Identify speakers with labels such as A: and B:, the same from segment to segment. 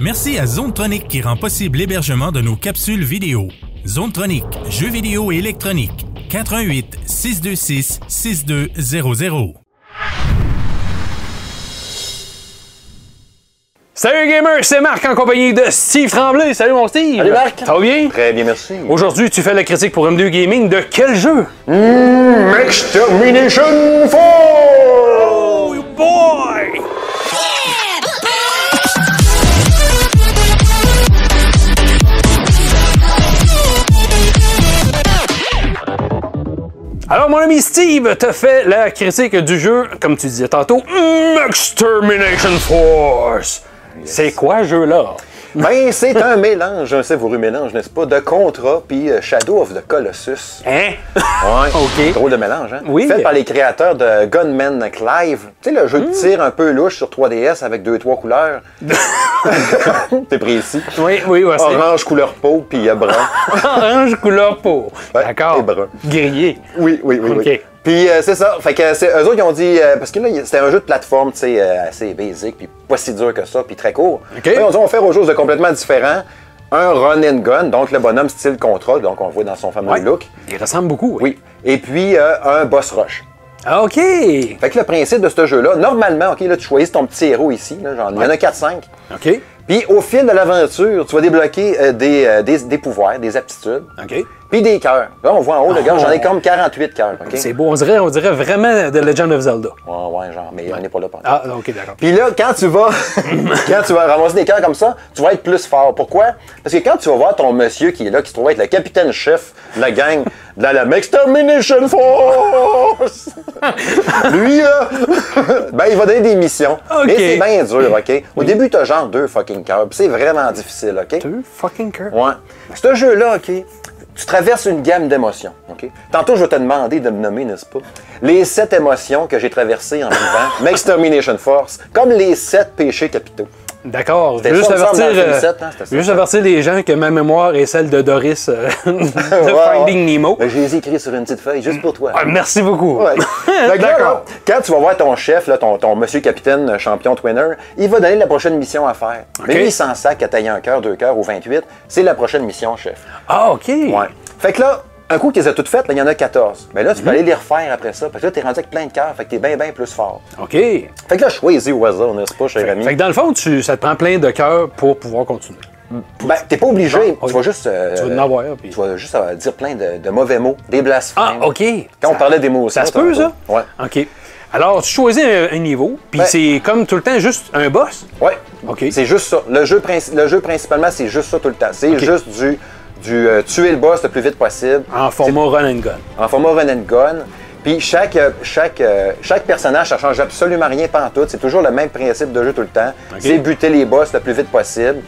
A: Merci à Zone Tronic qui rend possible l'hébergement de nos capsules vidéo. Zone Tronic, jeux vidéo et électronique. 88 626 6200.
B: Salut gamers, c'est Marc en compagnie de Steve Tremblay. Salut mon Steve.
C: Salut, Marc.
B: Ça va bien?
C: Très bien, merci.
B: Aujourd'hui, tu fais la critique pour M2 Gaming de quel jeu?
C: Extermination 4!
B: Oh boy! Alors, mon ami Steve, te fait la critique du jeu, comme tu disais tantôt, Extermination Force. C'est quoi ce jeu-là?
C: Ben, c'est un mélange, un savoureux mélange, n'est-ce pas, de Contra puis euh, Shadow of the Colossus.
B: Hein?
C: Ouais.
B: Ok.
C: Drôle de mélange, hein?
B: Oui.
C: Fait par les créateurs de Gunman Clive. Tu sais, le jeu de tir un peu louche sur 3DS avec deux, trois couleurs. T'es précis.
B: Oui, oui, ouais, c'est
C: Orange couleur peau, puis euh, brun.
B: orange couleur peau.
C: Ouais,
B: D'accord.
C: et brun.
B: Grillé.
C: Oui, oui, oui. oui.
B: OK.
C: Puis euh, c'est ça. Fait que euh, c'est- eux autres, ils ont dit. euh, parce que là, c'était un jeu de plateforme, tu sais, euh, assez basic, puis pas si dur que ça, puis très court.
B: OK.
C: Là, Ils ont dit, on va faire autre chose de complètement différent. Un run and gun, donc le bonhomme style contrat, donc on le voit dans son fameux
B: Ouais.
C: look.
B: Il ressemble beaucoup.
C: Oui. Et puis euh, un boss rush.
B: Ah, OK.
C: Fait que le principe de ce jeu-là, normalement, OK, là, tu choisis ton petit héros ici. Là, genre, Il y en a 4-5.
B: OK.
C: Puis au fil de l'aventure, tu vas débloquer euh, des, euh, des, des pouvoirs, des aptitudes.
B: OK.
C: Puis des cœurs. Là, on voit en haut, le gars,
B: Oh.
C: j'en ai comme 48 cœurs. OK?
B: C'est beau. On dirait, on dirait vraiment The Legend of Zelda.
C: Ouais, ouais, genre, mais on n'est pas là pour
B: Ah, OK, d'accord.
C: Puis là, quand tu vas quand tu vas ramasser des cœurs comme ça, tu vas être plus fort. Pourquoi? Parce que quand tu vas voir ton monsieur qui est là, qui se trouve être le capitaine-chef de la gang de la Extermination Force, lui, là, ben, il va donner des missions.
B: Ok.
C: Mais c'est bien dur, OK? Au début, t'as genre deux fucking cœurs, puis c'est vraiment difficile, OK?
B: Deux fucking cœurs.
C: Ouais. Ce jeu-là, OK, tu traverses une gamme d'émotions, OK? Tantôt, je vais te demander de me nommer, n'est-ce pas? Les sept émotions que j'ai traversées en vivant, Extermination Force, comme les sept péchés capitaux.
B: D'accord. Je
C: C'était
B: veux Juste
C: ça, me semble,
B: avertir,
C: dans le film
B: euh,
C: sept, hein, c'était ça.
B: je veux juste avertir les gens que ma mémoire est celle de Doris euh, de
C: Ouais,
B: Finding
C: ouais.
B: Nemo.
C: Ben, je les ai écrits sur une petite feuille, juste pour toi.
B: Ah, merci beaucoup.
C: Ouais. Fait que là,
B: D'accord.
C: là, Quand tu vas voir ton chef, là, ton, ton monsieur capitaine euh, champion twinner, il va donner la prochaine mission à faire. Mais lui, il s'en sac à tailler un cœur, deux cœurs ou 28. C'est la prochaine mission, chef.
B: Ah, OK.
C: Ouais. Fait que là, un coup qu'ils ont toutes faites, là, il y en a 14. Mais là, tu
B: Mhm.
C: peux aller les refaire après ça. Parce que là, t'es rendu avec plein de cœurs. Fait que t'es bien, bien plus fort.
B: OK. Fait
C: Fait que là, je choisis au hasard, n'est-ce pas, cher ami?
B: que dans le fond, tu, ça te prend plein de cœurs pour pouvoir continuer.
C: Ben, t'es pas obligé.
B: Non, ok.
C: Tu vas juste. euh,
B: Ah, Tu vas en avoir, puis-
C: Tu vas juste euh, dire plein de, de mauvais mots, des
B: Ah,
C: blasphèmes.
B: OK.
C: Quand
B: Ça-
C: on parlait des mots
B: Ça se
C: tantôt.
B: peut, ça?
C: Ouais.
B: OK. Alors, tu choisis un, un niveau, puis
C: Ouais.
B: c'est comme tout le temps juste un boss.
C: Ouais.
B: Ok.
C: C'est juste ça. Le jeu, princi- le jeu principalement, c'est juste ça tout le temps. C'est juste du, du euh, tuer le boss le plus vite possible.
B: En format run and gun.
C: en format run and gun. Puis chaque, euh, chaque, euh, chaque personnage, ça change absolument rien pantoute. C'est toujours le même principe de jeu tout le temps. C'est buter les boss le plus vite possible,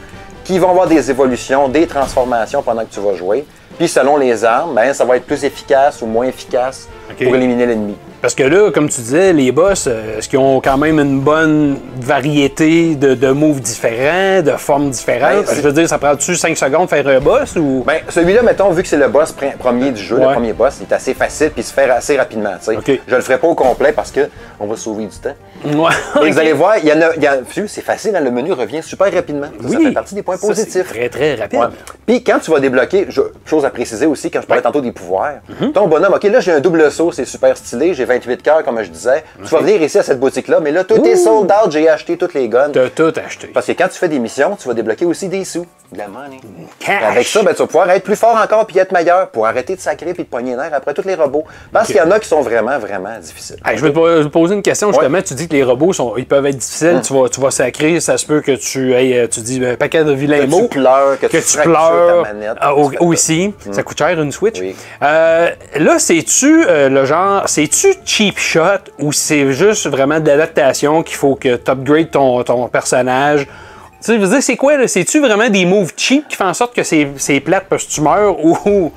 C: qui vont avoir des évolutions, des transformations pendant que tu vas jouer. Puis selon les armes, ben, ça va être plus efficace ou moins efficace
B: Ok.
C: pour éliminer l'ennemi.
B: Parce que là, comme tu disais, les boss, euh, est-ce qu'ils ont quand même une bonne variété de, de moves différents, de formes
C: Ben,
B: différentes? Parce que
C: c'est-
B: je veux dire, ça prend-tu 5 secondes faire un boss ou.
C: Ben, celui-là, mettons, vu que c'est le boss pr- premier du jeu,
B: Ouais.
C: le premier boss, il est assez facile puis il se fait assez rapidement. tu sais.
B: Ok.
C: Je le ferai pas au complet parce que on va sauver du temps.
B: Ouais.
C: Et vous allez voir, il y en a, il y a- phew, c'est facile, hein, le menu revient super rapidement. Ça, ça
B: Oui.
C: fait partie des points
B: Ça, c'est
C: positifs.
B: très, très rapide.
C: Ouais. Puis quand tu vas débloquer, je- chose à préciser aussi, quand je parlais tantôt des pouvoirs,
B: Mhm.
C: ton bonhomme, OK, là j'ai un double saut, c'est super stylé, j'ai 28 cœurs comme je disais. Tu vas venir ici à cette boutique-là, mais là tout est sold out, j'ai acheté toutes les guns.
B: T'as tout acheté.
C: Parce que quand tu fais des missions, tu vas débloquer aussi des sous, de la money.
B: Cash.
C: Et Avec ça, ben, tu vas pouvoir être plus fort encore puis être meilleur pour arrêter de sacrer puis de pogner l'air après tous les robots. Parce qu'il y en a qui sont vraiment, vraiment difficiles.
B: Hey, je vais te po- te poser une question justement. Tu dis que les robots sont, ils peuvent être
C: Hum.
B: difficiles, tu, vas, tu vas sacrer, ça se peut que tu aies, euh, tu dis un paquet de vilains
C: Que tu
B: mots.
C: pleures, que tu fractures ta
B: pleures.
C: manette,
B: Ah,
C: que tu
B: au-
C: fais ça.
B: aussi, ça coûte cher une Switch.
C: Oui.
B: Euh, là, c'est-tu euh, le genre, c'est-tu cheap shot ou c'est juste vraiment de l'adaptation qu'il faut que tu upgrades ton, ton personnage? Tu sais, je veux dire, c'est quoi, là? C'est-tu vraiment des moves cheap qui font en sorte que c'est c'est plate parce que tu meurs ou, ou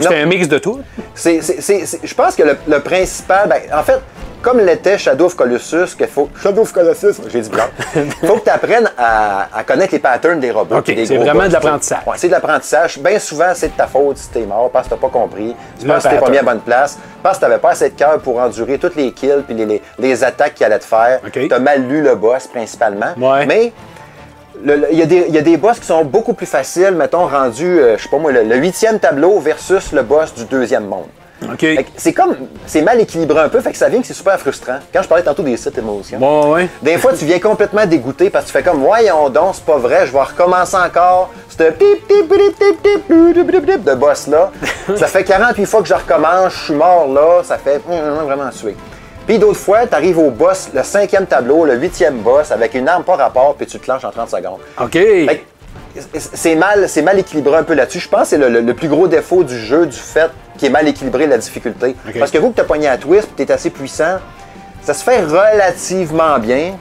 B: c'est un mix de tout?
C: C'est- c'est- c'est- c'est- je pense que le, le principal, ben, en fait, comme l'était Shadow of Colossus, que faut, Shadow of Colossus, j'ai dit blanc, faut que tu apprennes à, à connaître les patterns des robots.
B: Ok,
C: puis des
B: c'est
C: gros
B: vraiment
C: boss,
B: de l'apprentissage.
C: tu sais. Ouais, c'est de l'apprentissage. Bien souvent, c'est de ta faute si t'es mort, parce que t'as pas compris,
B: Le
C: parce que t'es pas
B: pattern.
C: mis à bonne place, parce que t'avais pas assez de cœur pour endurer toutes les kills puis les, les- les attaques qu'il allait te faire.
B: Ok.
C: T'as mal lu le boss principalement.
B: Ouais.
C: Mais le- le- Il y, a des- il y a des boss qui sont beaucoup plus faciles, mettons, rendu, euh, je sais pas moi, le le huitième tableau versus le boss du deuxième monde.
B: OK.
C: Fait que C'est comme, c'est mal équilibré un peu, fait que ça vient que c'est super frustrant. Quand je parlais tantôt des sites émotions,
B: Bon, ouais.
C: des fois tu viens complètement dégoûté parce que tu fais comme, voyons donc, c'est pas vrai, je vais recommencer encore ce pip, pip, pip, pip, pip, pip, pip, pip de boss-là. ça fait 48 fois que je recommence, je suis mort là, ça fait hum, hum, vraiment suer. Puis d'autres fois, tu arrives au boss, le cinquième tableau, le huitième boss, avec une arme pas rapport, puis tu te lances en 30 secondes.
B: OK.
C: Fait que C'est mal, c'est mal équilibré un peu là-dessus. Je pense que c'est le, le- le plus gros défaut du jeu, du fait qu'il est mal équilibré la difficulté.
B: Ok.
C: Parce que vous, que t'as pogné à twist, tu t'es assez puissant, ça se fait relativement bien,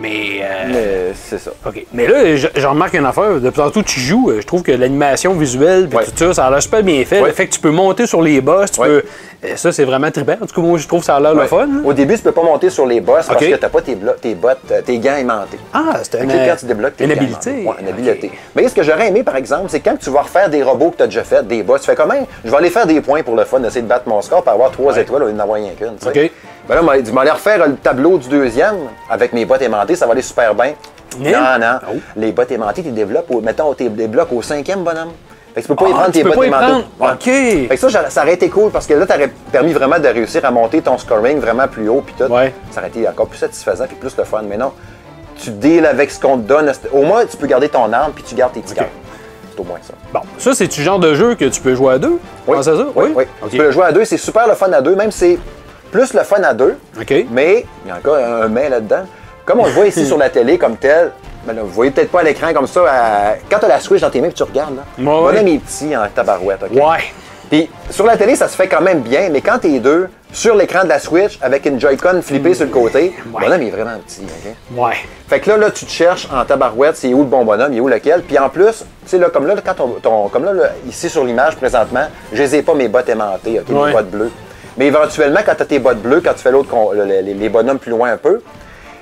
B: Mais. euh,
C: mais c'est ça.
B: OK. Mais là, je, je remarque une affaire. Depuis tantôt, tu joues. euh, Je trouve que l'animation visuelle, puis
C: Ouais.
B: tout ça, ça a l'air super bien fait.
C: Ouais.
B: Le fait que tu peux monter sur les boss, tu
C: Ouais.
B: peux. euh, Ça, c'est vraiment trippant. En tout cas, moi, je trouve que ça a l'air le
C: Ouais.
B: fun. hein. là.
C: Au début, tu peux pas monter sur les boss
B: Ok.
C: parce que t'as pas tes, blo- tes bottes, euh, tes gants aimantés.
B: Ah, c'était
C: Fait
B: une,
C: que quand tu débloques tes
B: une
C: gants
B: habilité.
C: aimantés. Ouais, une
B: OK.
C: habilité. Mais ce que j'aurais aimé, par exemple, c'est quand tu vas refaire des robots que t'as déjà fait, des boss, tu fais comment? Je vais aller faire des points pour le fun, essayer de battre mon score pour avoir trois étoiles au lieu d'en avoir rien qu'une. tu sais.
B: Ok.
C: Ben là, je vais aller refaire le tableau du deuxième avec mes bottes aimantées, ça va aller super bien.
B: Mais-
C: Non, non.
B: Oh.
C: Les bottes aimantées, tu les développes, au, mettons, tu les débloques au cinquième bonhomme. Fait que tu peux pas y
B: Ah,
C: prendre
B: tu
C: tes
B: peux
C: bottes
B: pas y
C: aimantées.
B: prendre?
C: Ouais.
B: Ok.
C: Fait que ça, j'a- ça aurait été cool parce que là, t'aurais permis vraiment de réussir à monter ton scoring vraiment plus haut puis tout.
B: Ouais.
C: Ça aurait été encore plus satisfaisant puis plus le fun. Mais non, tu deals avec ce qu'on te donne. Au moins, tu peux garder ton arme puis tu gardes tes petits cœurs. C'est au moins ça.
B: Bon, ça, c'est du genre de jeu que tu peux jouer à deux. Pensez à ça?
C: oui. oui.
B: OK.
C: Tu peux le jouer à deux, c'est super le fun à deux, même si c'est plus le fun à deux.
B: OK.
C: Mais, il y a encore un un mais là-dedans. Comme on le voit ici sur la télé comme tel, ben là, vous voyez peut-être pas à l'écran comme ça. à- Quand tu as la Switch dans tes mains et tu regardes, là,
B: Ouais,
C: bonhomme
B: ouais.
C: est petit en tabarouette. OK?
B: Ouais.
C: Puis sur la télé, ça se fait quand même bien, mais quand t'es deux, sur l'écran de la Switch, avec une Joy-Con flippée sur le côté, le
B: Ouais.
C: bonhomme est vraiment petit. ok?
B: Ouais.
C: Fait que là, là, tu te cherches en tabarouette, c'est où le bon bonhomme, il est où lequel. Puis en plus, tu sais, là, comme là, quand on, ton- comme là, là, ici sur l'image présentement, je les ai pas mes bottes aimantées, ok,
B: Ouais.
C: mes bottes bleues. Mais éventuellement, quand t'as tes bottes bleues, quand tu fais l'autre, con- le- le- les, les bonhommes plus loin un peu,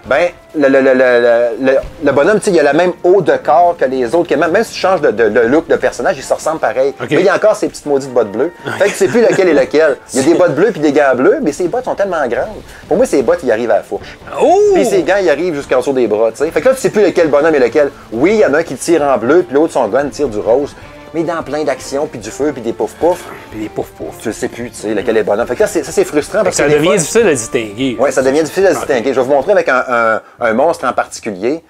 C: ben, le, le- le- le- le- le- le bonhomme, tu sais, il a la même haut de corps que les autres. que Même, même si tu changes de, de- de look de personnage, il se ressemble pareil.
B: Ok.
C: Mais il y a encore ces petites maudites bottes bleues. Fait que tu sais plus lequel est lequel. Il y a des bottes bleues puis des gants bleus, mais ces bottes sont tellement grandes. Pour moi, ces bottes, ils arrivent à la fourche.
B: Oh!
C: Puis ses gants, ils arrivent jusqu'en dessous des bras, tu sais. Fait que là, tu sais plus lequel bonhomme est lequel. Oui, il y en a un qui tire en bleu, puis l'autre, son gun tire du rose. Mais dans plein d'actions, puis du feu, puis des pouf-pouf,
B: Puis les pouf pouf.
C: tu le sais plus, tu sais, lequel est bonhomme. Fait que là, c'est- ça, c'est frustrant parce que
B: Ça
C: des
B: devient
C: fois-
B: difficile à distinguer. Ah,
C: Ouais, ça devient difficile à se distinguer. Je vais vous montrer avec un, un- un monstre en particulier,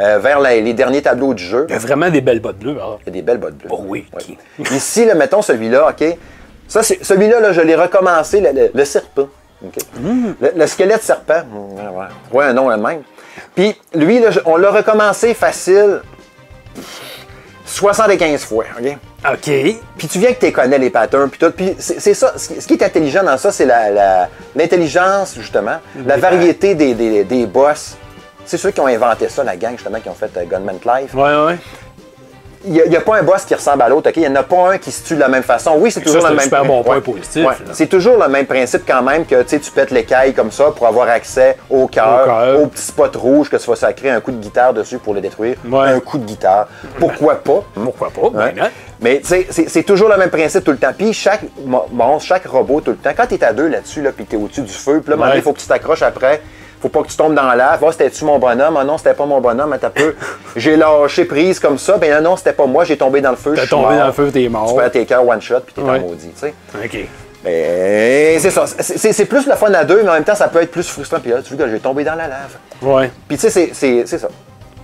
C: euh, vers la- les derniers tableaux du jeu.
B: Il y a vraiment des belles bottes bleues. alors.
C: Il y a des belles bottes bleues.
B: Oh oui, ok.
C: Ici, là, mettons celui-là, OK? Ça, c'est, celui-là, là, je l'ai recommencé, le, le- le serpent. ok?
B: Mm.
C: Le, le squelette serpent. Mm, ouais, ouais. Ouais, un nom le même. Puis lui, là, je- on l'a recommencé facile 75 fois, OK?
B: OK.
C: Puis tu viens que tu connais les patterns, puis tout. Puis c'est c'est ça, ce qui ce qui est intelligent dans ça, c'est la- la- l'intelligence, justement, la variété des, des, des boss. C'est ceux qui ont inventé ça, la gang, justement, qui ont fait euh, Gunman Clive
B: Ouais, ouais.
C: il n'y a, pas un boss qui ressemble à l'autre, OK? Il n'y en a pas un qui se tue de la même façon. Oui, c'est
B: Ça,
C: toujours
B: c'est
C: le
B: un
C: même
B: super bon point
C: Ouais.
B: positif,
C: Ouais.
B: là.
C: C'est toujours le même principe quand même que tu sais, tu pètes l'écaille comme ça pour avoir accès au
B: Au
C: cœur,
B: cœur.
C: au petit spot rouge que tu vas sacrer un coup de guitare dessus pour le détruire.
B: Ouais.
C: Un coup de guitare. Pourquoi pas?
B: Pourquoi pas?
C: Ouais.
B: Ben, non.
C: Mais tu sais, c'est c'est toujours le même principe tout le temps. Puis chaque mo- monstre, chaque robot tout le temps, quand t'es à deux là-dessus, là, puis t'es au-dessus du feu, puis là, à un moment donné,
B: Ouais.
C: faut que tu t'accroches après. Faut pas que tu tombes dans l'air. Va, c'était-tu mon bonhomme? Ah non, c'était pas mon bonhomme, mais t'as peu. J'ai lâché prise comme ça. Ben non, non, c'était pas moi, j'ai tombé dans le feu. je
B: T'es
C: suis
B: tombé
C: mort.
B: dans le feu, t'es mort.
C: Tu perds tes cœurs one shot, puis t'es
B: Ouais.
C: en maudit, tu sais.
B: OK.
C: Mais c'est ça. C'est c'est- c'est plus le fun à deux, mais en même temps, ça peut être plus frustrant. Puis là, tu vois que j'ai tombé dans la lave.
B: Ouais.
C: Puis tu sais, c'est- c'est c'est ça.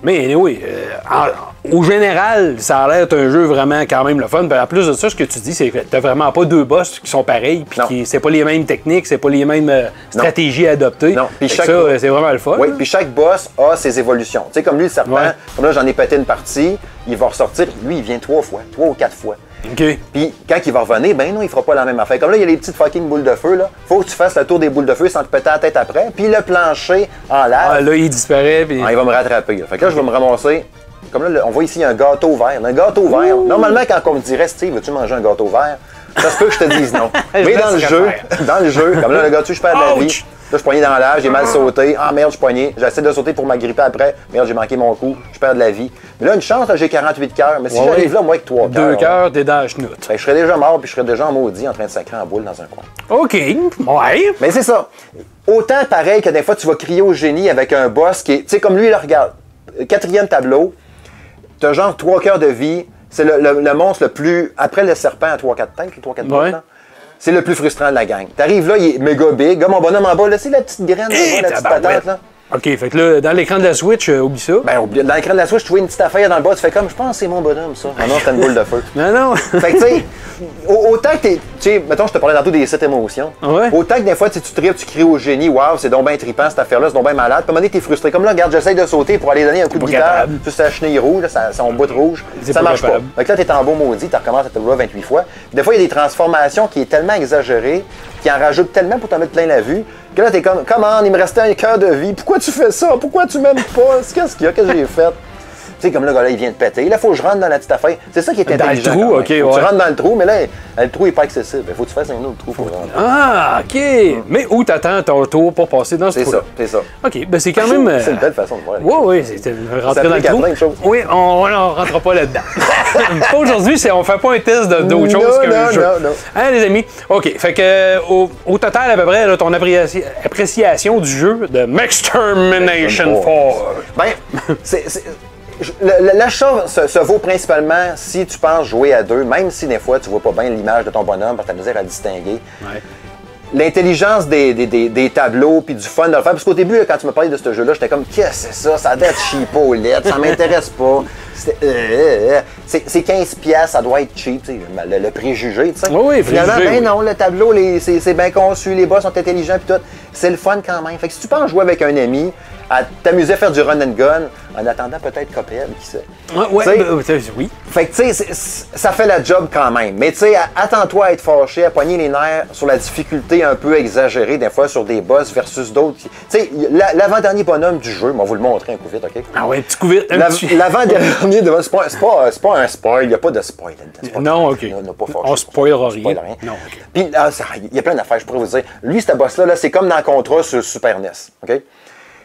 B: Mais anyway, euh, en- au général, ça a l'air d'être un jeu vraiment quand même le fun. Puis en plus de ça, ce que tu dis, c'est que t'as vraiment pas deux boss qui sont pareils, puis
C: Non.
B: qui- c'est pas les mêmes techniques, c'est pas les mêmes euh, stratégies adoptées.
C: Non. Puis
B: Fait que
C: chaque-
B: ça, euh, c'est vraiment le fun.
C: Oui, puis chaque boss a ses évolutions. Tu sais, comme lui, le serpent,
B: Ouais.
C: comme là, j'en ai pété une partie, il va ressortir, lui, il vient trois fois, trois ou quatre fois.
B: OK.
C: Puis quand il va revenir, ben non, il fera pas la même affaire. Comme là, il y a les petites fucking boules de feu, là. Faut que tu fasses le tour des boules de feu sans te péter la tête après. Puis le plancher en l'air,
B: Ah, là, il disparaît, puis...
C: ah, il va me rattraper. là. Fait que là, je vais me ramasser. Comme là, le- on voit ici un gâteau vert. là. Un gâteau vert. Normalement, quand on me dirait, Steve, veux-tu manger un gâteau vert? Ça se peut que je te dise non. Mais
B: Je
C: dans le
B: laisserai
C: jeu,
B: faire.
C: dans le jeu, comme là, le gâteau, je perds de la vie.
B: Ouch!
C: Là, je suis poigné dans l'air, j'ai mal sauté. Ah merde, je suis poigné. J'essaie de sauter pour m'agripper après. Merde, j'ai manqué mon coup. Je perds de la vie. Mais là, une chance, là, j'ai 48 cœurs. Mais si
B: Ouais,
C: j'arrive
B: ouais.
C: là, moi, avec 3
B: Deux cœurs, t'es dans la chenoute.
C: je serais déjà mort, puis je serais déjà en maudit en train de sacrer en boule dans un coin.
B: OK. Ouais.
C: Mais c'est ça. Autant pareil que des fois, tu vas crier au génie avec un boss qui est. Tu sais, comme lui, là, regarde. euh, quatrième tableau. T'as genre trois cœurs de vie. C'est le, le- le monstre le plus. Après le serpent à 3-4 têtes, les 3-4 têtes,
B: Ouais.
C: là, hein. c'est le plus frustrant de la gang. T'arrives là, il est méga big. Comme mon bonhomme en bas, là, c'est la petite graine, là,
B: Eh,
C: la petite
B: tabarouette.
C: patate, là.
B: OK, fait que là, dans l'écran de la Switch, euh, oublie ça.
C: Ben, oublie- dans l'écran de la Switch, tu vois une petite affaire dans le bas, tu fais comme, je pense que c'est mon bonhomme, ça. Ah non, c'est une boule de feu.
B: Non, non.
C: Fait que, tu sais, au- autant que t'es. Tu sais, mettons, je te parlais tantôt des 7 émotions.
B: Ouais.
C: Autant que des fois, tu sais, tu tripes, tu cries au génie, waouh, c'est donc bien trippant cette affaire-là, c'est donc bien malade. Puis à un moment donné, t'es frustré. Comme là, regarde, j'essaye de sauter pour aller donner un coup de
B: Pas
C: guitare,
B: capable.
C: juste la chenille rouge, là, ça- son bout de rouge.
B: C'est
C: Ça
B: pas
C: marche
B: capable.
C: pas. Fait que là, t'es en beau maudit, t'en recommences à te voir 28 fois. Puis des fois, il y a des transformations qui est tellement exagérées, qui en rajoutent tellement pour t'en mettre plein la vue, que là, t'es comme, comment, il me restait un cœur de vie, pourquoi tu fais ça? Pourquoi tu m'aimes pas? Qu'est-ce qu'il y a que j'ai fait? Tu sais, comme le gars-là, il vient de péter. Là, faut que je rentre dans la petite affaire. C'est ça qui est
B: Dans le
C: intelligent,
B: trou,
C: quand
B: ok,
C: même. Faut que
B: ouais.
C: Tu rentres dans le trou, mais là, le trou n'est pas accessible. Il faut que tu fasses un autre trou pour rentrer.
B: Ah, OK. Mais où t'attends ton tour pour passer dans ce
C: C'est
B: trou-là?
C: ça, c'est ça.
B: OK, ben c'est quand même... euh,
C: C'est une belle façon de voir.
B: Oui, oui, c'était euh, rentrer
C: applique
B: dans le
C: à
B: trou.
C: plein de choses.
B: Oui, on ne rentre pas là-dedans. pas aujourd'hui, c'est- on fait pas un test de- d'autre
C: Non,
B: chose que
C: non,
B: le jeu.
C: non, non.
B: Hein, les amis? OK, fait que euh, au, au total, à peu près, là, ton appréci- appréciation du jeu de Maxtermination 4.
C: Ben, c'est. c'est- je- le- le- L'achat se, se vaut principalement si tu penses jouer à deux, même si des fois tu vois pas bien l'image de ton bonhomme parce que t'as misère à le distinguer. L'intelligence des, des- des- des tableaux puis du fun de le faire. Parce qu'au début, quand tu me parlais de ce jeu-là, j'étais comme, qu'est-ce que c'est ça? Ça doit être chipolette, ça m'intéresse pas. C'était, euh, euh, euh. C'est c'est 15$, piastres, ça doit être cheap, tu sais, le, le préjugé, tu sais.
B: Oui, oui,
C: Finalement,
B: préjugé,
C: ben
B: oui.
C: non, le tableau, les- c'est c'est bien conçu, les boss sont intelligents puis tout. C'est le fun quand même. Fait que si tu penses jouer avec un ami, à t'amuser à faire du run and gun, en attendant peut-être Cophead, qui sait.
B: Ouais, ouais,
C: Tu sais,
B: ben, euh, oui.
C: fait que, tu sais, c'est- c'est- ça fait la job quand même. Mais, tu sais, à- attends-toi à être fâché, à poigner les nerfs sur la difficulté un peu exagérée, des fois, sur des boss versus d'autres. qui- Tu sais, y- la- l'avant-dernier bonhomme du jeu, on va vous le montrer un coup vite, OK?
B: Ah ouais, petit coup vite. un
C: La-
B: petit-
C: L'avant-dernier devant, c'est pas, c'est pas- c'est pas un spoil, il n'y a pas de spoil là-dedans. C'est pas-
B: Non, ok.
C: On n'a pas fâché.
B: On spoilera
C: On spoil
B: rien. Non, ok.
C: Puis, ah, ça- il y a plein d'affaires, je pourrais vous dire. Lui, ce boss-là, là, c'est comme dans Contra sur Super NES. OK?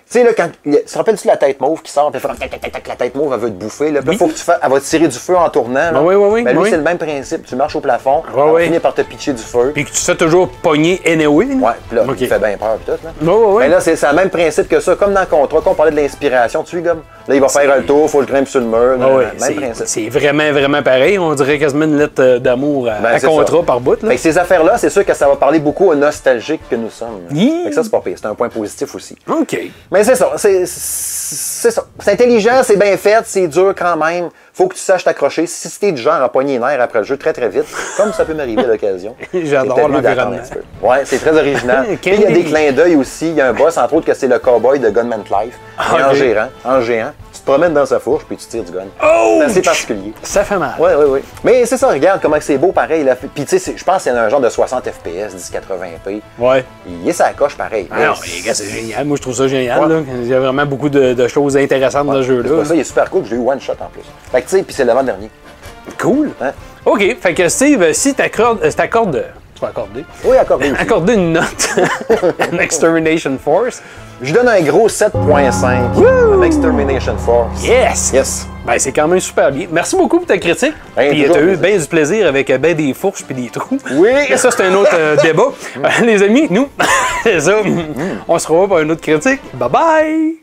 C: Tu sais, là, quand. il- Tu te rappelles-tu la tête mauve qui sort, puis elle fait tac, tac, tac, tac, la tête mauve, elle veut te bouffer, là. Puis là,
B: Oui.
C: faut que tu fasses. Elle va te tirer du feu en tournant, là.
B: Ben oui, oui, oui,
C: Ben lui,
B: oui.
C: c'est le même principe. Tu marches au plafond,
B: Ouais,
C: elle
B: ouais.
C: finit par te pitcher du feu.
B: Puis que tu sais toujours pogner anyway.
C: Ouais, puis là,
B: OK.
C: il fait bien peur, pis tout, là.
B: Ouais, ouais, ouais.
C: Mais là, c'est c'est le même principe que ça. Comme dans le contrat, quand on parlait de l'inspiration, tu sais, comme. Là, il va faire un tour, faut que je grimpe sur le mur.
B: Ah
C: là,
B: ouais,
C: même
B: c'est-
C: principe.
B: c'est vraiment, vraiment pareil. On dirait quasiment une lettre euh, d'amour à,
C: Ben,
B: à
C: c'est
B: contrat
C: ça. Ben,
B: par bout. Là.
C: Fait que ces affaires-là, c'est sûr que ça va parler beaucoup aux nostalgiques que nous sommes. là.
B: Hi.
C: Fait que ça, c'est pas pire. C'est un point positif aussi.
B: OK.
C: Mais c'est ça. C'est c'est ça. C'est intelligent, c'est bien fait, c'est dur quand même. Faut que tu saches t'accrocher. Si c'était du genre à pogner les nerfs après le jeu très très vite, comme ça peut m'arriver à l'occasion.
B: J'adore
C: c'est peut-être mieux d'attendre
B: l'environnement.
C: un petit peu. Ouais, c'est très original. Puis il y a
B: Candy.
C: des clins d'œil aussi. Il y a un boss, entre autres, que c'est le cowboy de Gunman's Life.
B: Ah,
C: Il est
B: ok.
C: En géant. En géant. Tu te promènes dans sa fourche puis tu tires du gun.
B: Oh!
C: C'est assez particulier.
B: Ça fait mal.
C: Oui, oui, oui. Mais c'est ça, regarde comment que c'est beau pareil. là. Puis tu sais, c'est- je pense qu'il y en a un genre de 60 FPS, 1080p.
B: Ouais.
C: Il est sa coche pareil.
B: Ah non, les gars, c'est génial. Moi, je trouve ça génial.
C: Ouais.
B: là. Il y a vraiment beaucoup de, de choses intéressantes dans ce
C: C'est
B: jeu-là.
C: pour ça, il est super cool. Je l'ai eu one shot en plus. Fait que tu sais, puis c'est l'avant-dernier.
B: Cool.
C: Hein?
B: OK. Fait que, Steve, si t'accordes... euh, si t'accordes euh, tu vas accorder.
C: Oui, accordé. aussi.
B: Accorder une note à Extermination Force.
C: Je donne un gros 7.5
B: Wouh!
C: avec Extermination Force.
B: Yes!
C: Yes.
B: Ben, c'est quand même super bien. Merci beaucoup pour ta critique.
C: Hey,
B: puis
C: toujours
B: t'as eu
C: plaisir.
B: bien du plaisir avec euh, ben des fourches puis des trous.
C: Oui.
B: Et ça, c'est un autre euh, Mm. débat. Euh, Les amis, nous, c'est ça. On se revoit pour une autre critique. Bye bye!